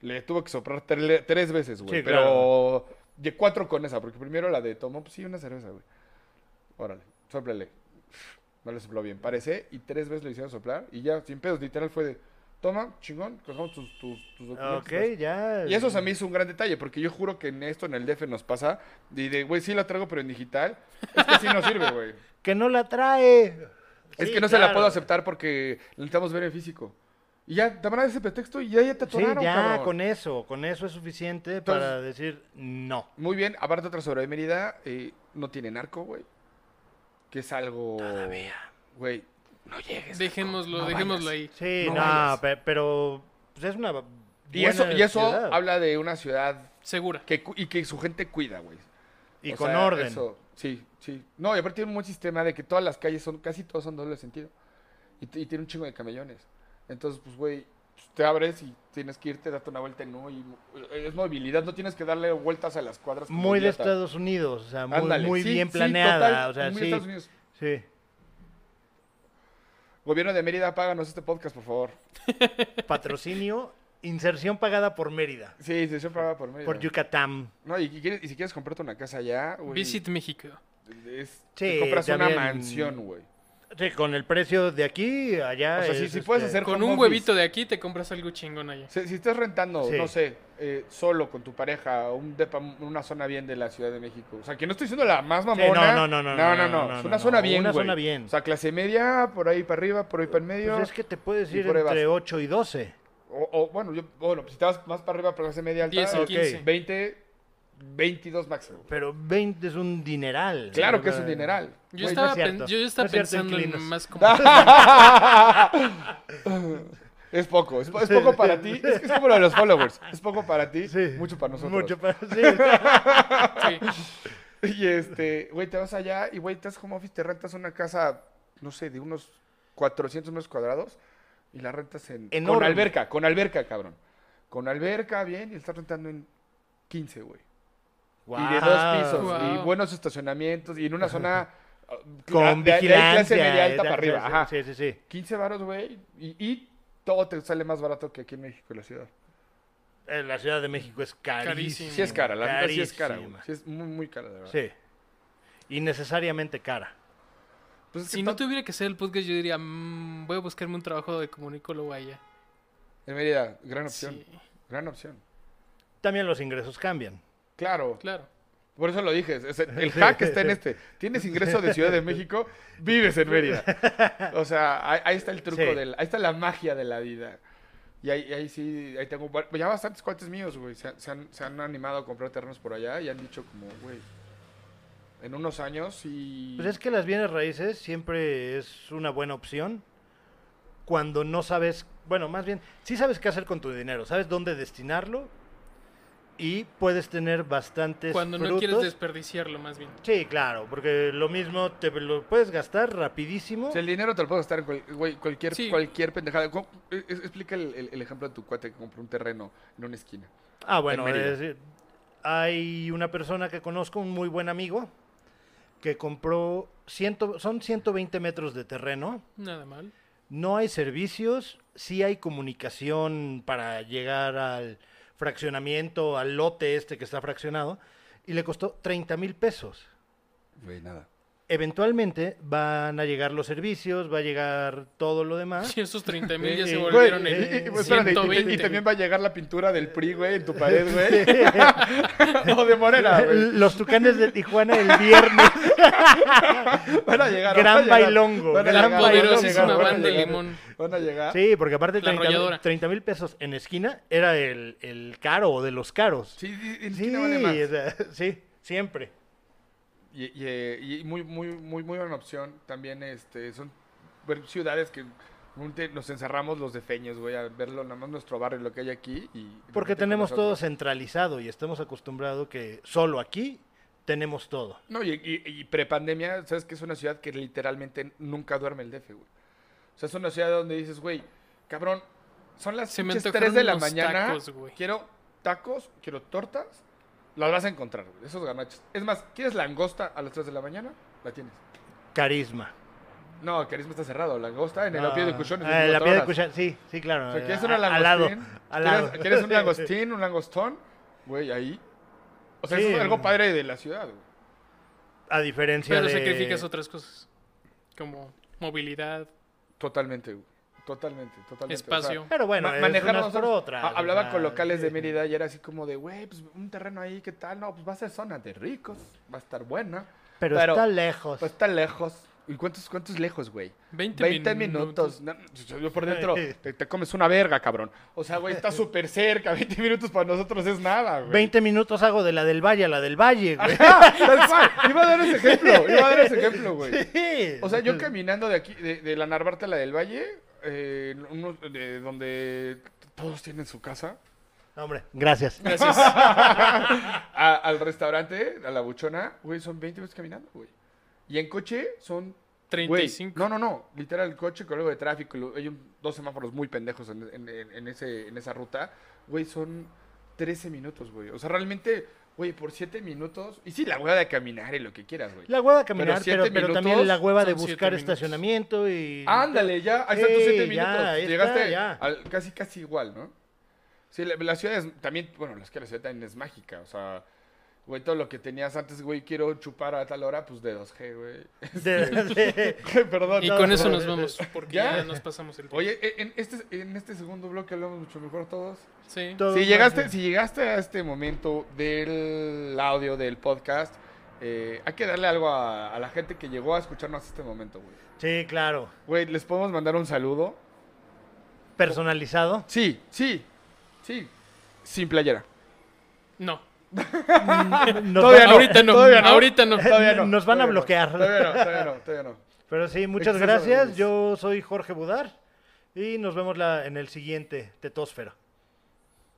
Le tuvo que soplar terle- tres veces, güey.
Sí,
pero
claro.
de cuatro con esa, porque primero la de tomó, pues sí, una cerveza, güey. Órale, soplale. No le sopló bien, parece, y tres veces le hicieron soplar, y ya, sin pedos, literal fue de, toma, chingón, cogemos tus, tus, tus documentos.
Ok,
pues".
ya.
Y eso se me hizo un gran detalle, porque yo juro que en esto, en el DF, nos pasa, y de, güey, sí la traigo, pero en digital, es que sí no sirve, güey.
Que no la trae.
Es
Sí,
que no se la
claro.
puedo aceptar porque la necesitamos ver en físico. Y ya, te van a dar ese pretexto y ya, ya te
Sí,
atoraron,
ya,
cabrón.
con eso. Con eso es suficiente para decir no.
Muy bien, aparte otra sobrevenida, eh, no tiene narco, güey. Que es algo... Todavía. Güey, no llegues.
Dejémoslo, dejémoslo ahí.
Sí,
No
no,
vayas.
pe- pero pues, es una.
Y eso,
buena
y eso
ciudad.
habla de una ciudad
Segura.
que, cu- y que su gente cuida, güey.
Y
O
con
sea,
orden.
eso, sí, sí. No, y aparte tiene un buen sistema de que todas las calles son, casi todas son doble sentido. Y, t- y tiene un chingo de camellones. Entonces, pues, güey, pues, te abres y tienes que irte, date una vuelta en U. Y, mo- es movilidad, no tienes que darle vueltas a las cuadras. como
Muy de
idiota.
Estados Unidos, o sea, muy,
Ándale,
muy
sí,
bien
sí,
planeada.
total,
o sea,
muy
sí,
Estados Unidos.
sí.
Gobierno de Mérida, páganos este podcast, por favor.
Patrocinio, inserción pagada por Mérida,
Sí, se paga por Mérida.
por Yucatán.
No, y, y quieres- y si quieres comprarte una casa allá, güey.
Visit México.
es-
Sí,
te compras una
también.
mansión, güey.
Sí, con el precio de aquí, allá.
O sea, sí,
es,
sí puedes
este,
hacer
Con
home
un
office.
huevito de aquí te compras algo chingón allá.
Si, si estás rentando,
Sí.
no sé, eh, solo con tu pareja, un depa, una zona bien de la Ciudad de México. O sea, que no estoy diciendo la más mamona.
no, no, no, no,
no, no,
no,
Es
no,
una
no,
zona bien,
una
güey.
zona bien.
O sea, clase media, por ahí para arriba, por ahí para el medio.
Pues es que te puedes
Y
ir
pruebas.
entre 8 y 12.
o, o, bueno, yo, bueno, pues, si te vas más para arriba, para clase media alta,
10 o
ok,
15.
20, 22 máximo.
Pero 20 es un dineral.
Claro que es
O
un
sea,
dineral.
Yo
güey.
estaba,
es
pen-
cierto.
yo estaba
No es cierto,
pensando en
inquilinos.
más
<laughs>
como...
Es <laughs> poco, es, po- es poco para ti. Es, es como lo de los followers. Es poco para ti,
Sí.
mucho para nosotros.
Mucho
<laughs>
para sí.
Sí.
Y este, güey, te vas allá y, güey, te haces home office, te rentas una casa, no sé, de unos 400 metros cuadrados y la rentas en... Con
Enorme.
alberca, con alberca, cabrón. Con alberca, bien, y la estás rentando en 15, güey. Y de dos
Guau.
pisos, y
Wow.
buenos estacionamientos, y en una zona... ah,
Con
de- de- de
vigilancia.
clase media
eh,
alta para
da-
arriba,
sí,
ajá.
Sí, sí, sí.
15 varos, güey, y, y todo te sale más barato que aquí en México, en la ciudad.
Eh, La Ciudad de México es carísima.
Carísimo.
Sí es cara, la neta sí es cara, güey.
carísima.
Sí es muy, muy cara, de
Ah.
verdad.
Sí. Innecesariamente cara.
Pues es que
Si no
to-
tuviera que hacer el podcast, yo diría, "Mm, voy a buscarme un trabajo de comunicólogo allá.
En Mérida, gran opción,
Sí,
gran opción.
También los ingresos cambian.
Claro.
claro.
Por eso lo dije.
<laughs>
es- el hack está en este. Tienes ingreso de Ciudad de México, vives en Mérida. O sea, ahí, ahí está el truco,
Sí.
del, ahí está la magia de la vida. Y ahí, ahí sí, ahí tengo. va- Ya bastantes cuates míos, güey. Se, han- se han, se han animado a comprar terrenos por allá y han dicho, como, güey, en unos años y.
Pues es que las bienes raíces siempre es una buena opción cuando no sabes, bueno, más bien, sí sabes qué hacer con tu dinero, sabes dónde destinarlo y puedes tener bastantes
Cuando no
frutos.
quieres desperdiciarlo, más bien.
Sí, claro, porque lo mismo te lo puedes gastar rapidísimo.
O sea, el dinero te lo puedo gastar en cual- güey, cualquier,
Sí.
cualquier pendejada. ¿Cómo- eh, eh, Explica el, el- el ejemplo de tu cuate que compró un terreno en una esquina.
Ah, bueno,
en Mérida.
es decir, hay una persona que conozco, un muy buen amigo, que compró, ciento, son 120 metros de terreno,
Nada mal.
no hay servicios, sí hay comunicación para llegar al fraccionamiento, al lote este que está fraccionado, y le costó 30 mil pesos.
Güey, nada.
Eventualmente van a llegar los servicios, va a llegar todo lo demás.
<laughs>
Si <laughs> esos 30 mil ya
Eh,
se
eh,
¿Ah? Güey,
volvieron
y-
en
y- y- espérate, y- y-
120.
y, también va a llegar la pintura del PRI, güey, en tu pared,
<laughs>
güey. <laughs> o de Morena, güey.
Los tucanes de Tijuana el
<laughs>
viernes.
Van a llegar.
Gran
van a llegar,
bailongo,
Van a
La
gran
llegar, van a
poderosa es
llegar,
una
van a
banda de
llegar,
limón.
Van a llegar.
Sí, porque aparte
La
30,
arrolladora.
30 mil pesos en esquina era el, el caro o de los caros.
Sí, sí, en
Sí,
China vale más.
o sea, <laughs> sí, siempre.
Y, y, eh, y muy, muy, muy, muy buena opción. También este, son ver ciudades que un te- nos encerramos los defeños, güey, a verlo, nada más nuestro barrio, lo que hay aquí. Y
Porque
realmente con
tenemos todo
nosotros.
centralizado y estamos acostumbrados que solo aquí tenemos todo.
No, y, y, y prepandemia, ¿sabes que Es una ciudad que literalmente nunca duerme el DF, güey. O sea, es una ciudad donde dices, güey, cabrón, son las
Se me
pinches
antojaron
3 de la
unos
mañana.
tacos, güey.
quiero tacos, quiero tortas, las vas a encontrar, güey, esos ganachos. Es más, ¿quieres langosta a las 3 de la mañana? La tienes.
Carisma.
No, el Carisma está cerrado, langosta en el
Ah,
apio de Cuchón. es
ah, el
24
apio de
horas.
Cuchón, sí, sí, claro.
O sea, ¿quieres
a-
una
al lado.
langostín?
al lado. <laughs>
¿Quieres, quieres un langostín, un langostón? Güey, ahí. O sea,
Sí.
eso es algo padre de la ciudad, güey.
A diferencia
Pero
de...
sacrificas otras cosas. Como movilidad,
Totalmente, güey. Totalmente, totalmente. pues, O sea,
espacio.
Pero bueno,
Ma-
es
manejar
unas
nosotros-
por otras.
ha-
o
hablaba
sea, eh,
con locales de
sí.
Mérida y era así como de, güey, pues un terreno ahí, ¿qué tal? No, pues va a ser zona de ricos, va a estar buena.
Pero,
pero-
está lejos.
Pues está lejos. ¿Y cuántos, cuántos lejos, güey?
20,
20 minutos. No, yo- yo
<laughs>
por dentro, te, te comes una verga, cabrón. O sea, güey, está súper cerca. 20 minutos para nosotros es nada, güey.
20 minutos hago de la del Valle a la del Valle, güey.
Ajá, <laughs> tal cual. Iba a dar ese ejemplo, iba a dar ese ejemplo, <laughs> güey.
Sí.
O sea, yo caminando de aquí, de, de la Narvarte a la del Valle, eh, uno- de donde todos tienen su casa,
No, Hombre, gracias.
Gracias.
a- al restaurante, a la buchona, güey, son 20 minutos caminando, güey. Y en coche son... güey,
35.
no, no, no. Literal, el coche con algo de tráfico. lo- Hay un- dos semáforos muy pendejos en, en- en- en ese, en esa ruta. Güey, son 13 minutos, güey. O sea, realmente, güey, por 7 minutos... Y sí, la hueá de caminar y lo que quieras, güey.
La hueva de caminar,
siete
pero, pero también
minutos
la hueva de
son siete
buscar
minutos.
estacionamiento y...
Ándale, ya, ahí están tus
Ey,
siete
ya,
minutos.
ahí
Llegaste
está, ya.
al- casi, casi igual, ¿no? Sí, la, la ciudad es también, bueno, es que la ciudad también es mágica, o sea, güey, todo lo que tenías antes, güey, quiero chupar a tal hora, pues de 2G, güey. <laughs>
de- de-
Perdón.
Y
no,
con
no,
eso
no,
nos
no,
vamos, porque
Ya.
ya nos pasamos el tiempo.
Oye, e- en este, en este segundo bloque hablamos mucho mejor todos.
Sí.
todo
Si
más
llegaste,
bien.
si llegaste a este momento del audio del podcast, eh, hay que darle algo a, a la gente que llegó a escucharnos hasta este momento, güey.
Sí, claro.
Güey, ¿les podemos mandar un saludo? <laughs>
Personalizado.
Sí, sí, sí. Sin playera.
Eh,
No.
Nos
Todavía
van-
no,
ahorita no.
todavía no.
Ahorita
<laughs>
no.
Todavía no.
Nos van a
todavía no,
bloquear.
Todavía no, todavía no, todavía no.
Pero sí, muchas
Exceso de
gracias.
luz.
Yo soy Jorge Budar y nos vemos la, en el siguiente Tetósfera.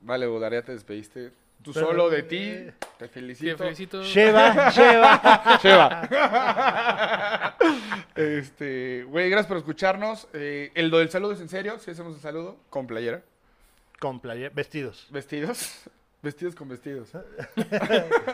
Vale, Budar, ya te despediste. Tú
Pero- eh,
solo de ti. Te felicito.
Te
Mm.
felicito.
<laughs>
Sheva, Sheva.
Cheva. este, güey, gracias por escucharnos. Eh, el do del saludo es en serio. Si hacemos un saludo con playera,
Con playa, vestidos.
vestidos, <laughs> vestidos
<laughs>
con vestidos.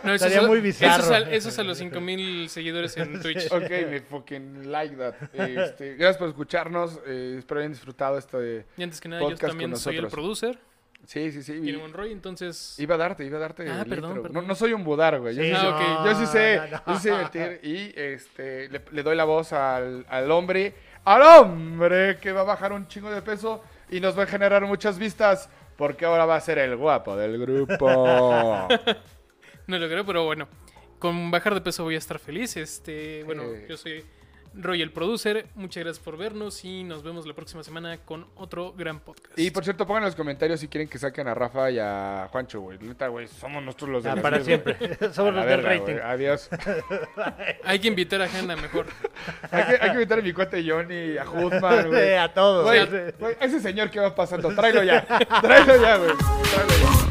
No, eso
Estaría
es a-
muy
Eso es,
bizarro.
a, eso es a los 5000 seguidores
<laughs>
en Twitch.
Ok, me fucking like that. Este, gracias por escucharnos. eh, espero hayan disfrutado esto de.
Y antes que nada,
Podcast
yo
con
también soy el
nosotros.
producer.
Sí, sí, sí.
Y
y-
Monroy, entonces.
Iba a darte, iba a darte.
Ah,
el
perdón,
intro.
perdón.
No, no soy un budar, güey. Yo
Sí,
sí,
Ah,
sé-
ok.
yo sí sé,
no, no.
yo sí sé mentir. Y este, le, le doy la voz al, al hombre, al hombre que va a bajar un chingo de peso y nos va a generar muchas vistas porque ahora va a ser el guapo
<laughs>
del grupo.
No lo creo, pero bueno. Con bajar de peso voy a estar feliz. Este, bueno,
Sí.
yo soy Roy el producer. Muchas gracias por vernos y nos vemos la próxima semana con otro gran podcast.
y por cierto, pongan en los comentarios si quieren que saquen a Rafa y a Juancho, güey. Neta, güey, somos nosotros los de
Ah,
las
para
diez,
siempre.
güey. A <laughs>
Somos
la
los del
verga,
rating.
güey. Adiós.
Hay que invitar a Hanna mejor.
hay, que, hay que invitar a mi cuate Johnny, a
<laughs>
Huzman,
Sí,
güey.
a todos.
Güey,
Sí.
güey, ese señor que va pasando, tráelo ya. Tráelo ya, güey. Tráelo ya.